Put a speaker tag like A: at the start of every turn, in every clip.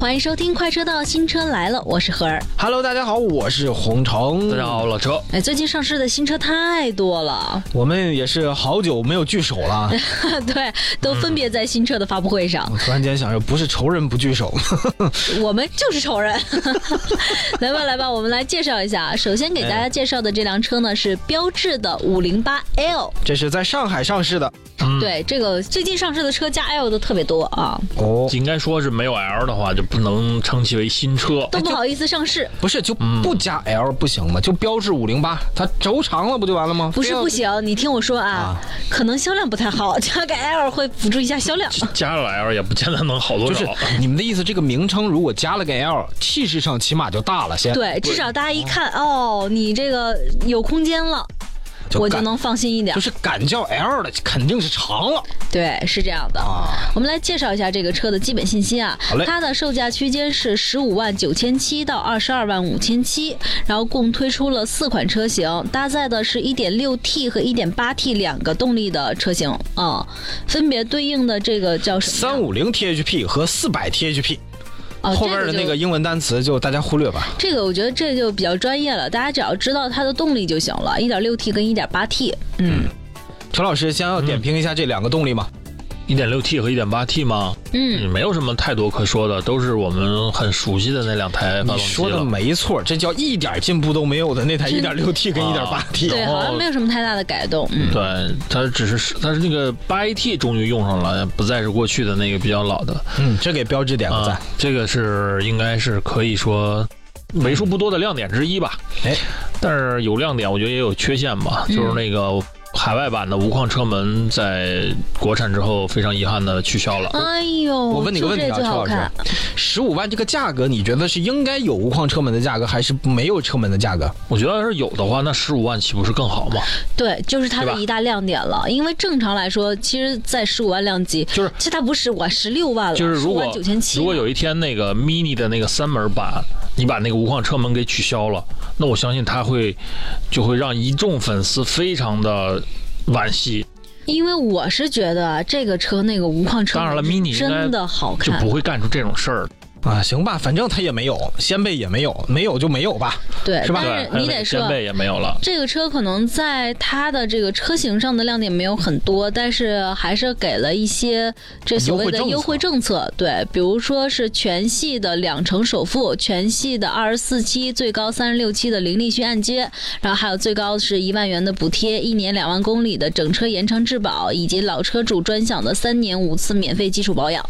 A: 欢迎收听《快车道新车来了》，我是何儿。
B: Hello，大家好，我是洪城。
C: 大家好，老车，
A: 哎，最近上市的新车太多了，
B: 我们也是好久没有聚首了。
A: 对，都分别在新车的发布会上。
B: 我突然间想着，不是仇人不聚首，
A: 我们就是仇人。 来吧，来吧，我们来介绍一下。首先给大家介绍的这辆车呢是标致的 508L，、
B: 这是在上海上市的
A: 对，这个最近上市的车加 L 的特别多啊，
B: 哦，
C: 应该说是没有 L 的话，就不能称其为新车。
A: 都不好意思上市。
B: 不是就不加 L 不行吗？就标致五零八，它轴长了不就完了吗？
A: 不是不行，你听我说啊，可能销量不太好， 加个 L 会辅助一下销量。
C: 加了 L 也不见得能好多
B: 就
C: 少。
B: 是你们的意思，这个名称如果加了个 L，气势上起码就大了些，，
A: 对，至少大家一看，哦，你这个有空间了，
B: 就
A: 我就
B: 敢
A: 能放心一点
B: 就。是敢叫 L 的肯定是长了
A: 对，是这样的。
B: 啊。
A: 我们来介绍一下这个车的基本信息啊
B: 好嘞。
A: 它的售价区间是十五万九千七到二十二万五千七，然后共推出了四款车型，搭载的是一点六 T 和一点八 T 两个动力的车型啊、分别对应的这个叫什么呀？
B: 三五零 THP 和四百 THP，
A: 哦
B: 后边
A: 这
B: 的
A: 就
B: 那个英文单词就大家忽略吧。
A: 这个我觉得这就比较专业了，大家只要知道它的动力就行了，一点六 T 跟一点八 T。嗯
B: 陈老师先要点评一下这两个动力吗？
C: 一点六 T 和一点八 T 吗？
A: 嗯，
C: 嗯，没有什么太多可说的，都是我们很熟悉的那两台
A: 嗯
C: 发动
B: 你
C: 机
B: 说的
C: 了。
B: 没错，这叫一点进步都没有的那台一
A: 真
B: 点六 T 跟一点八
C: 啊
B: T，
A: 对，好像没有什么太大的改动。嗯，
C: 对，它只是它是那个八 AT 终于用上了，不再是过去的那个比较老的。
B: 嗯，这给标志点个赞
C: 啊。，
A: 嗯
C: 这个是应该是可以说为数不多的亮点之一吧。
B: 哎，
C: 但是有亮点，我觉得也有缺陷吧，
A: 嗯
C: 就是那个海外版的无框车门在国产之后非常遗憾的取消了。
A: 哎呦，
B: 我问你个
A: 就
B: 问题
A: 这
B: 啊，
A: 最
B: 陈
A: 好
B: 老师
A: 看。，
B: 十五万这个价格，你觉得是应该有无框车门的价格，还是没有车门的价格？
C: 我觉得要是有的话，那十五万岂不是更好吗？
A: 对，就是它
C: 对
A: 的
C: 吧
A: 一大亮点了。因为正常来说，其实，在十五万量级，
C: 就是
A: 其实它不是我十六万了，
C: 就是如果
A: 九千七。
C: 如果有一天那个 mini 的那个三门版，你把那个无框车门给取消了，那我相信它会就会让一众粉丝非常的惋惜，
A: 因为我是觉得啊这个车那个无框车，
C: 当然了，mini 应该
A: 真的好
C: 就
A: 看
C: 不。会干出这种事儿。
B: 啊，行吧，反正它也没有，掀背也没有，没有就没有吧。
A: 对，
B: 是吧
A: 但
C: 对，
A: 是你得
C: 先
A: 说。
C: 辈也没有了。
A: 这个车可能在它的这个车型上的亮点没有很多，但是还是给了一些这所谓的
B: 优
A: 优
B: 惠
A: 惠
B: 政
A: 政策。对，比如说是全系的两成首付，全系的二十四期最高三十六期的零利息按揭，然后还有最高是一万元的补贴，一年两万公里的整车延长质保，以及老车主专享的三年五次免费基础保养。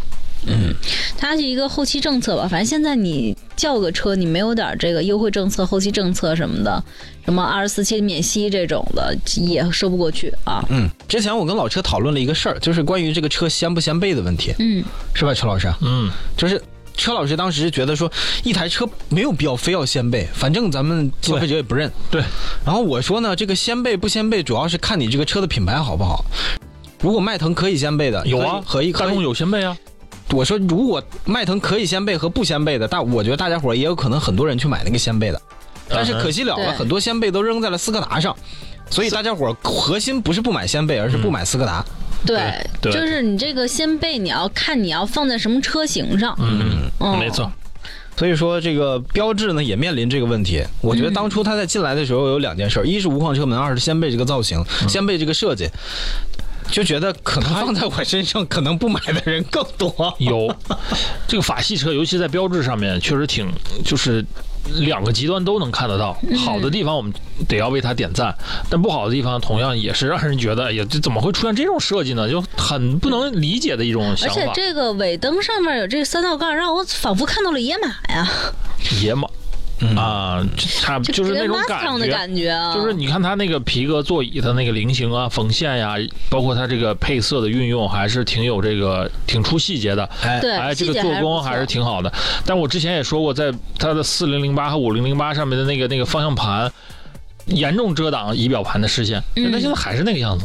B: 嗯
A: 它是一个后期政策吧，反正现在你叫个车，你没有点儿这个优惠政策、后期政策什么的，什么二十四期免息这种的也说不过去啊。
B: 嗯，之前我跟老车讨论了一个事儿，就是关于这个车掀不掀背的问题，
A: 嗯，
B: 是吧，陈老师？
C: 嗯，
B: 就是。车老师当时觉得说，一台车没有必要非要掀背，反正咱们消费者也不认。
C: 对，
B: 然后我说呢，这个掀背不掀背，主要是看你这个车的品牌好不好。如果迈腾可以掀背的，
C: 有啊，
B: 可以可
C: 大
B: 以。
C: 众有先辈啊，
B: 哎我说如果迈腾可以掀背和不掀背的，但我觉得大家伙儿也有可能很多人去买那个掀背的，但
C: 嗯
B: 是可惜了了，
A: 对
B: 很多掀背都扔在了斯柯达上。所以大家伙儿核心不是不买掀背，而是
C: 嗯
B: 不买斯柯达。
A: 对，
C: 对
A: 就是你这个掀背，你要看你要放在什么车型上。
C: 嗯，
A: 嗯
C: 没错，
B: 所以说这个标志呢也面临这个问题。我觉得当初它在进来的时候有两件事，一是无框车门，二是掀背这个造型，掀背这个设计，就觉得可能放在我身上，可能不买的人更多。
C: 有这个法系车，尤其在标志上面，确实挺就是。两个极端都能看得到，
A: 嗯
C: 好的地方我们得要为它点赞，但不好的地方同样也是让人觉得，哎呀，这怎么会出现这种设计呢？就很不能理解的一种
A: 而
C: 想
A: 且
C: 法。
A: 这个尾灯上面有这三道杠，让我仿佛看到了野马呀，
C: 野马、
A: 嗯
C: 啊，这差不就是那种
A: 马
C: 感
A: 上的
C: 觉，
A: 感觉啊，
C: 就是你看它那个皮革座椅的那个菱形啊、缝线呀、包括它这个配色的运用，还是挺有这个挺出细节的。
B: 哎
A: 对
C: 哎，这
A: 细
C: 个
A: 节还
C: 做
A: 是不
C: 工
A: 错
C: 还是挺好的。但我之前也说过，在它的四零零八和五零零八上面的那个那个方向盘，严重遮挡仪表盘的视线。
A: 嗯
C: 那现在还是那个样子，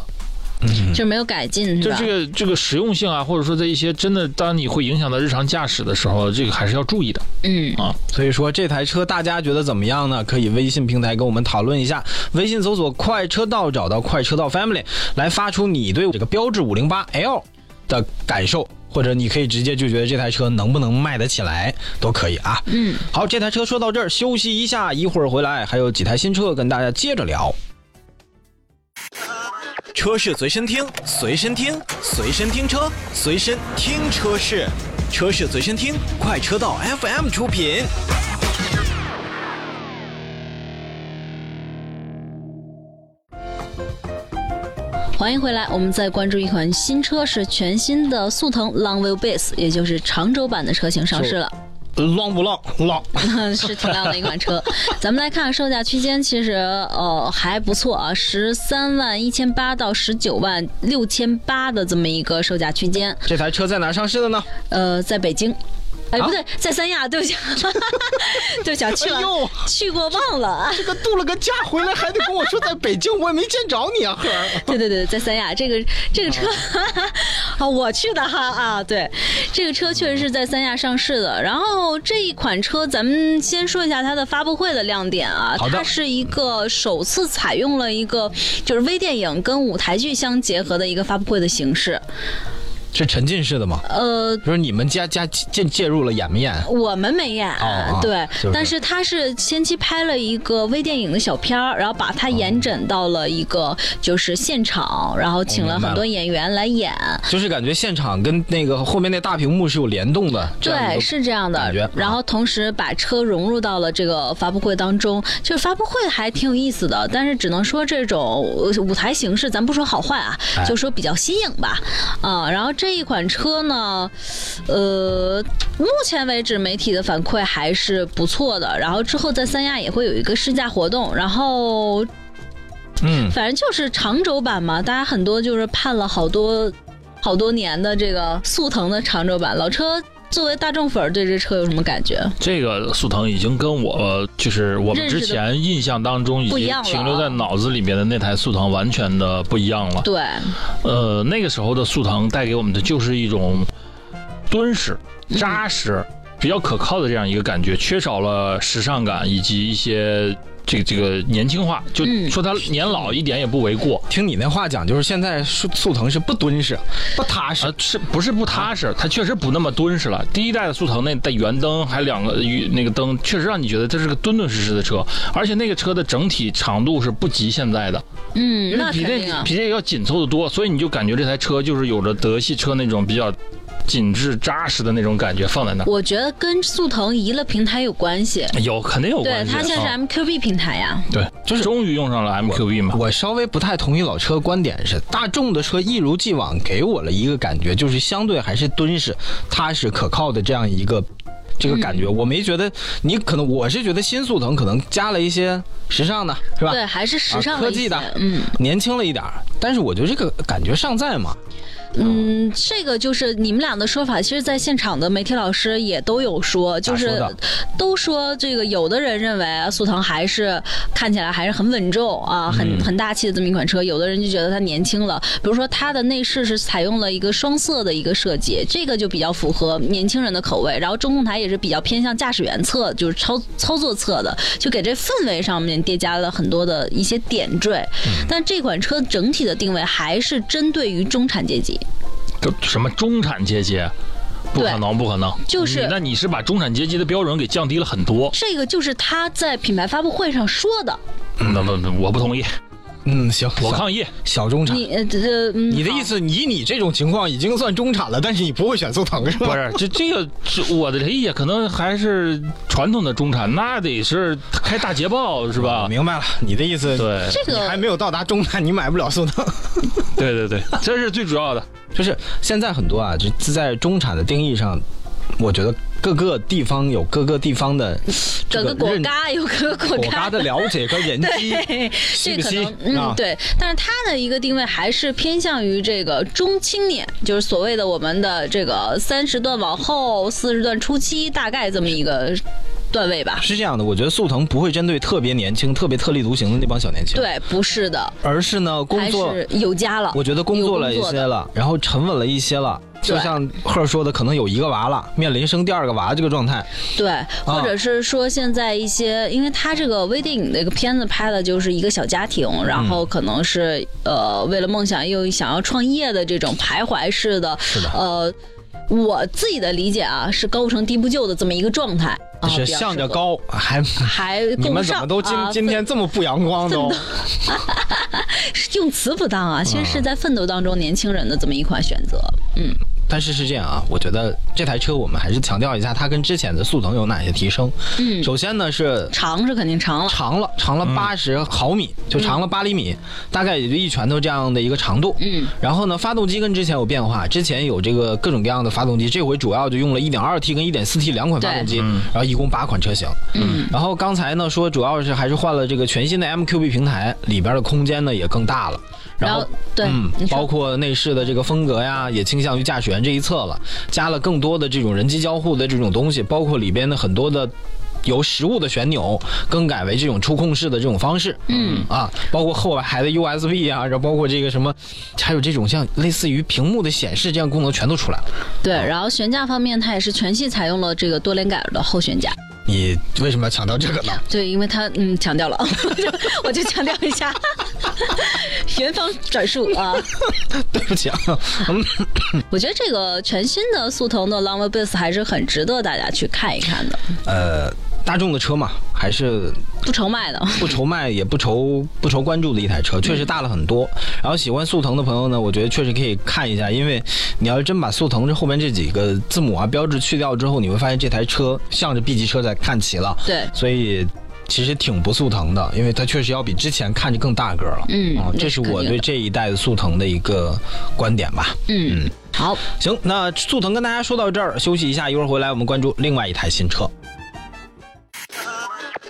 B: 嗯
A: 就是没有改进，是
C: 就
A: 吧？
C: 这个这个实用性啊，或者说在一些真的当你会影响到日常驾驶的时候，这个还是要注意的。
A: 嗯，
B: 所以说这台车大家觉得怎么样呢？可以微信平台跟我们讨论一下，微信搜索“快车道”，找到“快车道 Family” 来发出你对这个标致 508L 的感受。或者你可以直接就觉得这台车能不能卖得起来都可以啊。嗯，好，这台车说到这儿，休息一下，一会儿回来还有几台新车跟大家接着聊。
D: 车是随身听，随身听，随身听车，随身听车是，车是随身听，快车道 FM 出品。
A: 欢迎回来，我们再关注一款新车，是全新的速腾 Long Wheelbase，也就是长轴版的车型上市了。
B: 浪不浪？浪。
A: 是挺亮的一款车。咱们来看售价区间，其实呃还不错啊，十三万一千八到十九万六千八的这么一个售价区间。
B: 这台车在哪上市的呢？
A: 呃，在北京。哎，不对，在三亚，对不起， 对不起啊，去了
B: 啊哎呦，
A: 去过忘了啊。
B: 这个度了个假回来还得跟我说在北京，我也没见着你啊，赫儿。
A: 对对对，在三亚这个这个车， 啊，我去的哈啊，对，这个车确实是在三亚上市的。然后这一款车，咱们先说一下它的发布会的亮点啊，
B: 好的
A: 它是一个首次采用了一个就是微电影跟舞台剧相结合的一个发布会的形式。
B: 是沉浸式的吗？
A: 呃，
B: 就是你们家家介介入了演没演？
A: 我们没演，
B: 哦
A: 对，
B: 就是
A: 但是他是先期拍了一个微电影的小片儿，然后把它
B: 哦
A: 延展到了一个就是现场，然后请
B: 我
A: 了
B: 明白
A: 很多
B: 了
A: 演员来演。
B: 就是感觉现场跟那个后面那大屏幕是有联动的，这样一
A: 对，
B: 个
A: 是这样的
B: 感觉。啊
A: 然后同时把车融入到了这个发布会当中，就是发布会还挺有意思的，但是只能说这种呃舞台形式，咱不说好坏啊，
B: 哎
A: 就说比较新颖吧。啊，然后这一款车呢，呃，目前为止媒体的反馈还是不错的。然后之后在三亚也会有一个试驾活动，然后
B: 嗯，
A: 反正就是长轴版嘛，大家很多就是盼了好多好多年的这个速腾的长轴版。老车作为大众粉儿，对这车有什么感觉？
C: 这个速腾已经跟我呃就是我们
A: 认识
C: 之
A: 的
C: 前印象当中已
A: 不一
C: 经
A: 样了啊
C: 停留在脑子里面的那台速腾完全的不一样了。
A: 对，
C: 呃，那个时候的速腾带给我们的就是一种敦实、扎实、比较可靠的这样一个感觉，缺少了时尚感以及一些这个这个年轻化，就
A: 嗯
C: 说它年老一点也不为过。
B: 听你那话讲，就是现在速速腾是不敦实，不踏实
C: 啊，，是不是不踏实？它确实不那么敦实了。第一代的速腾那带圆灯，还两个与那个灯，确实让你觉得这是个敦敦实实的车，而且那个车的整体长度是不及现在的，
A: 嗯，
C: 因为
A: 那
C: 比
A: 肯
C: 这
A: 定啊，
C: 比这个要紧凑的多，所以你就感觉这台车就是有着德系车那种比较紧致扎实的那种感觉放在那儿，
A: 我觉得跟速腾移了平台有关系。
C: 有肯定有
A: 对，
C: 关系。
A: 它现在
C: 啊
A: 是 MQB 平台呀、
C: 对，就是终于用上了 MQB 嘛。
B: 我稍微不太同意老车观点是，大众的车一如既往给我了一个感觉，就是相对还是敦实、踏实、可靠的这样一个这个
A: 嗯
B: 感觉。我没觉得你可能，我是觉得新速腾可能加了一些时尚的，是吧？
A: 对，还是时尚
B: 啊
A: 了
B: 科
A: 一些
B: 技的
A: 嗯
B: 年轻了一点儿，但是我觉得这个感觉尚在嘛。
A: 嗯，这个就是你们俩的说法，其实，在现场的媒体老师也都有说，就
B: 咋
A: 是
B: 说的
A: 都说这个，有的人认为速腾还是看起来还是很稳重啊，很
B: 嗯
A: 很大气的这么一款车，有的人就觉得它年轻了。比如说它的内饰是采用了一个双色的一个设计，这个就比较符合年轻人的口味。然后中控台也是比较偏向驾驶员侧，就是操操作侧的，就给这氛围上面叠加了很多的一些点缀。但这款车整体的定位还是针对于中产阶级。
C: 都什么中产阶级？不
A: 对
C: 可能，不可能！
A: 就是
C: 你那你是把中产阶级的标准给降低了很多。
A: 这个就是他在品牌发布会上说的。
C: 那不，不我不同意，
B: 嗯，行，
C: 我
B: 小
C: 抗议。
B: 小中产。
A: 你呃这这
B: 啊
A: 嗯，
B: 你的
A: 好
B: 意？思，以你这种情况已经算中产了，但是你不会选速腾是吧？
C: 不是，这这个这我的理解可能还是传统的中产，那得是开大捷豹是
B: 我
C: 吧？
B: 明白了，你的意思，
C: 对
A: 这
B: 你还
A: 个
B: 没有到达中产，你买不了速腾。
C: 对对对，这是最主要的。
B: 就是现在很多啊，就在中产的定义上，我觉得各个地方有各个地方的这
A: 整个
B: 认
A: 果嘎有个果
B: 国
A: 嘎
B: 家的了解和 人机。
A: 对，
B: 西
A: 这
B: 不
A: 可
B: 西
A: 能嗯
B: 啊
A: 对，但是它的一个定位还是偏向于这个中青年，就是所谓的我们的这个三十段往后、四十段初期，大概这么一个段位吧？
B: 是这样的，我觉得速腾不会针对特别年轻、特别特立独行的那帮小年轻，，
A: 对，不是的，
B: 而是呢工
A: 还
B: 作，
A: 是有家了。
B: 我觉得工作了
A: 有
B: 一
A: 工作
B: 些
A: 的
B: 了，然后沉稳了一些了。就
A: 对
B: 像赫儿说的，可能有一个娃了，面临生第二个娃这个状态，
A: 对，或
B: 啊
A: 者是说现在一些，因为他这个微电影的一个片子拍的就是一个小家庭，然后可能是呃为了梦想又想要创业的这种徘徊式的，
B: 嗯
A: 呃，我自己的理解啊是高不成低不就的这么一个状态，啊、
B: 是
A: 比较
B: 向
A: 适
B: 着
A: 合，
B: 高，还
A: 还
B: 你
A: 够不
B: 们怎
A: 上
B: 么都今
A: 啊
B: 今天这么不阳光 都？
A: 用词不当啊，其实是在奋斗当中年轻人的这么一款选择。嗯，
B: 但是是这样啊，我觉得这台车我们还是强调一下，它跟之前的速腾有哪些提升。
A: 嗯
B: 首先呢是
A: 长是肯定长了，
B: 长了，长了八十毫米，就长了八厘米，大概也就一拳头这样的一个长度。
A: 嗯，
B: 然后呢，发动机跟之前有变化，之前有这个各种各样的发动机，这回主要就用了 1.2T 跟 1.4T 两款发动机，然后一共八款车型。
A: 嗯，
B: 然后刚才呢说主要是还是换了这个全新的 MQB 平台，里边的空间呢也更大了，
A: 然
B: 后
A: 后对
B: 嗯，
A: 你说
B: 包括内饰的这个风格呀，也倾向于驾驶员这一侧了，加了更多的这种人机交互的这种东西，包括里边的很多的。由实物的旋钮更改为这种触控式的这种方式，嗯啊，包括后排的 USB 啊，然后包括这个什么，还有这种像类似于屏幕的显示这样功能全都出来了。
A: 对，然后悬架方面它也是全系采用了这个多连杆的后悬架。
B: 你为什么要强调这 个呢？
A: 对，因为他嗯强调了， 我就强调一下， 原方转述啊。
B: 对不起啊，
A: 我觉得这个全新的速腾的 Long Base 还是很值得大家去看一看的，
B: 呃，大众的车嘛，还是
A: 不愁卖的。
B: 不愁卖，也不愁不愁关注的一台
A: 嗯
B: 车，确实大了很多。然后喜欢速腾的朋友呢，我觉得确实可以看一下，因为你要是真把速腾这后面这几个字母啊、标志去掉之后，你会发现这台车向着 B 级车在看齐了。
A: 对，
B: 所以其实挺不速腾的，因为它确实要比之前看着更大个儿了。
A: 嗯
B: 啊，这是我对这一代的速腾的一个观点吧。
A: 嗯，好，
B: 行，那速腾跟大家说到这儿，休息一下，一会儿回来我们关注另外一台新车。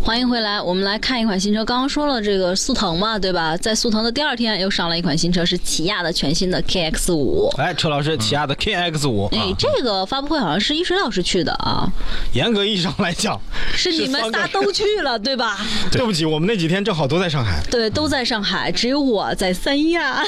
A: 欢迎回来，我们来看一款新车。刚刚说了这个速腾嘛，对吧？在速腾的第二天又上了一款新车，是起亚的全新的 KX 五。
B: 哎，车老师，起亚的 KX 五、
A: 哎
B: 啊，，
A: 这个发布会好像是一水老师去的啊，
B: 严格意义上来讲，
A: 是你们
B: 三个
A: 仨
B: 人
A: 都去了，对吧？
B: 对不起，我们那几天正好都在上海。
A: 对，都在上海，只有我在三亚，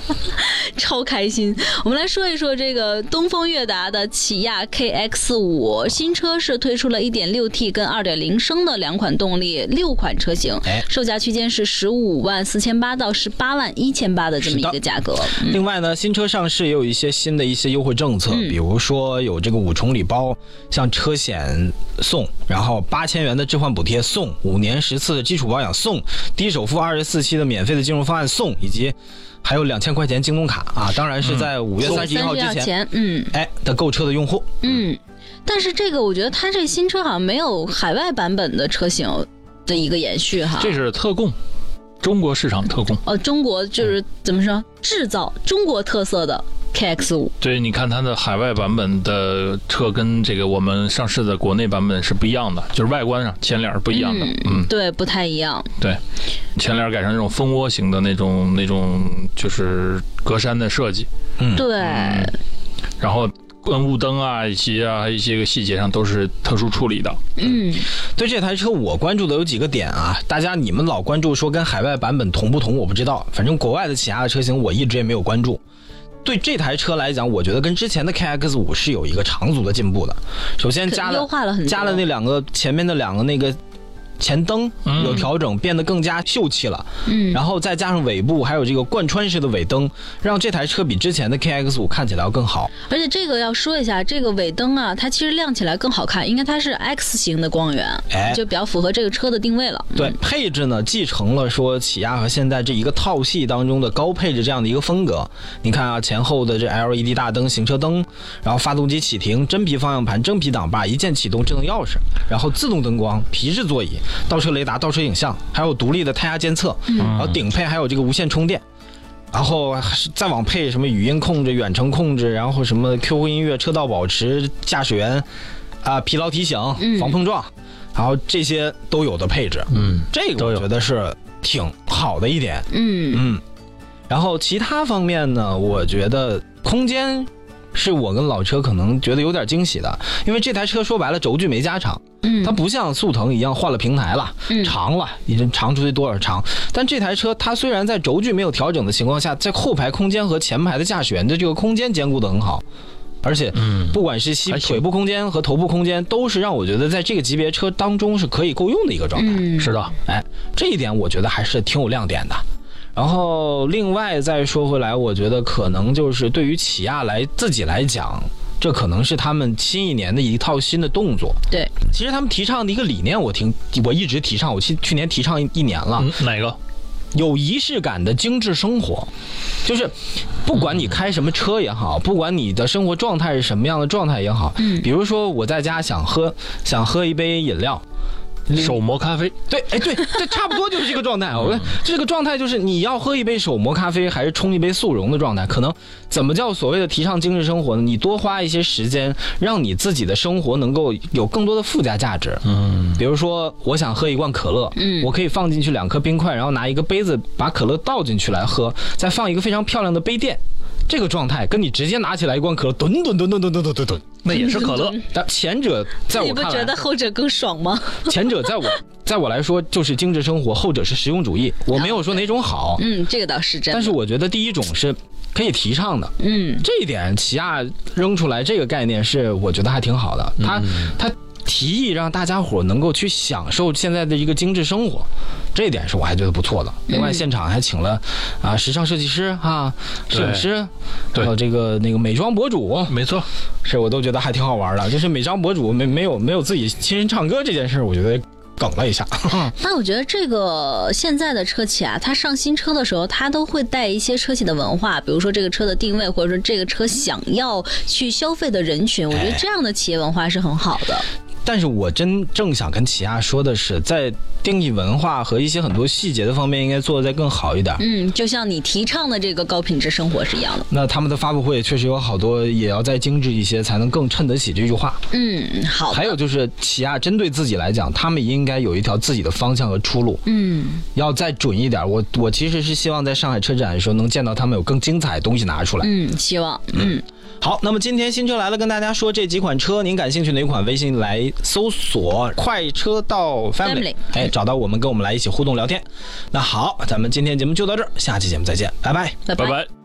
A: 超开心。我们来说一说这个东风悦达的起亚 KX 五新车是推出了 1.6T 跟2.0升的两款动力，六款车型
B: 哎，
A: 售价区间是15万四千八到18万一千八的这么一
B: 是
A: 个
B: 的
A: 价格。
B: 另外呢，新车上市也有一些新的一些优惠政策，
A: 嗯
B: 比如说有这个五重礼包，像车险送，然后八千元的置换补贴送，五年十次的基础保养送，低首付二十四期的免费的金融方案送，以及还有两千块钱京东卡啊，当然是在五月三十一
A: 三
B: 号
A: 十
B: 之
A: 要
B: 前。
A: 钱，嗯
B: 哎的购车的用户，
A: 嗯。但是这个我觉得它这新车好像没有海外版本的车型的一个延续哈。
C: 这是特供，中国市场特供。
A: 呃，中国就是怎么说，制造中国特色的 KX 五，
C: 对，你看它的海外版本的车跟这个我们上市的国内版本是不一样的，就是外观上前脸是不一样的。嗯，
A: 对，不太一样。
C: 对，前脸改成那种蜂窝型的那种那种就是格栅的设计，
B: 嗯
A: 对，
C: 然后跟雾灯啊以及啊一些个细节上都是特殊处理的。
A: 嗯，
B: 对这台车我关注的有几个点啊，大家你们老关注说跟海外版本同不同，我不知道，反正国外的起亚的车型我一直也没有关注。对这台车来讲，我觉得跟之前的 KX 五是有一个长足的进步的。首先加
A: 优
B: 了
A: 化了很多，
B: 加了那两个前面的两个那个前灯
C: 嗯
B: 有调整，变得更加秀气了。
A: 嗯，
B: 然后再加上尾部还有这个贯穿式的尾灯，让这台车比之前的 KX 五看起来要更好。
A: 而且这个要说一下，这个尾灯啊，它其实亮起来更好看，因为它是 X 型的光源，
B: 哎
A: 就比较符合这个车的定位了。
B: 对，配置呢继承了说起亚和现代这一个套系当中的高配置这样的一个风格。你看啊，前后的这 LED 大灯、行车灯，然后发动机启停、真皮方向盘、真皮挡把、一键启动智能钥匙，然后自动灯光、皮质座椅、倒车雷达、倒车影像，还有独立的胎压监测，
C: 嗯
B: 然后顶配还有这个无线充电。然后还是再往配什么语音控制、远程控制，然后什么 QQ 音乐、车道保持、驾驶员啊、疲劳提醒
A: 嗯、
B: 防碰撞，然后这些都有的配置，
C: 嗯，
B: 这个
C: 都
B: 我
C: 有
B: 觉得是挺好的一点。
A: 嗯
B: 嗯，然后其他方面呢，我觉得空间是我跟老车可能觉得有点惊喜的，因为这台车说白了轴距没加长，
A: 嗯，
B: 它不像速腾一样换了平台了，
A: 嗯
B: 长了，已经长出去多少长。但这台车它虽然在轴距没有调整的情况下，在后排空间和前排的驾驶员的这个空间兼顾得很好，而且
C: 嗯
B: 不管是膝
C: 还行
B: 腿部空间和头部空间，都是让我觉得在这个级别车当中是可以够用的一个状态。
A: 嗯
C: 是的，
B: 哎，这一点我觉得还是挺有亮点的。然后另外再说回来，我觉得可能就是对于起亚来自己来讲，这可能是他们新一年的一套新的动作。
A: 对，
B: 其实他们提倡的一个理念，我挺我一直提倡，我去去年提倡一一年了，
C: 嗯，哪个？
B: 有仪式感的精致生活，就是不管你开什么车也好，不管你的生活状态是什么样的状态也好，
A: 嗯
B: 比如说我在家想喝想喝一杯饮料，
C: 手磨咖啡，
B: 对，哎，对，这差不多就是这个状态。我们这个状态就是你要喝一杯手磨咖啡，还是冲一杯速溶的状态。可能怎么叫所谓的提倡精致生活呢？你多花一些时间，让你自己的生活能够有更多的附加价值。
C: 嗯，
B: 比如说，我想喝一罐可乐，
A: 嗯
B: 我可以放进去两颗冰块，然后拿一个杯子把可乐倒进去来喝，再放一个非常漂亮的杯垫。这个状态跟你直接拿起来一罐可乐，吨吨吨吨吨吨吨吨吨，
C: 那也是可乐，
B: 但前者在我
A: 你不
B: 看来，
A: 觉得后者更爽吗？
B: 前者在我在我来说就是精致生活，后者是实用主义。我没有说哪种好，
A: 嗯，这个倒是真的。
B: 但是我觉得第一种是可以提倡的。
A: 嗯
B: 这一点，起亚扔出来这个概念是我觉得还挺好的。
C: 嗯
B: 他他提议让大家伙能够去享受现在的一个精致生活，这一点是我还觉得不错的。另外，现场还请了啊时尚设计师啊、
C: 对
B: 摄影师，
C: 对
B: 还有这个那个美妆博主，
C: 没错，
B: 是我都觉得还挺好玩的。就是美妆博主没没有没有自己亲身唱歌这件事儿，我觉得梗了一下。
A: 那我觉得这个现在的车企啊，它上新车的时候，它都会带一些车企的文化，比如说这个车的定位，或者说这个车想要去消费的人群，我觉得这样的企业文化是很好的。
B: 但是我真正想跟起亚说的是，在定义文化和一些很多细节的方面，应该做得再更好一点。
A: 嗯，就像你提倡的这个高品质生活是一样的。
B: 那他们的发布会确实有好多也要再精致一些，才能更衬得起这句话。
A: 嗯，好
B: 还
A: 的。
B: 有就是，起亚针对自己来讲，他们应该有一条自己的方向和出路，
A: 嗯
B: 要再准一点。我我其实是希望在上海车展的时候能见到他们有更精彩的东西拿出来。
A: 嗯，希望嗯
B: 好，那么今天新车来了，跟大家说这几款车，您感兴趣哪款？微信来搜索“快车道 family”，
A: Family
B: 哎，找到我们，跟我们来一起互动聊天。那好，咱们今天节目就到这儿，下期节目再见，拜拜。
A: 拜
C: 拜拜。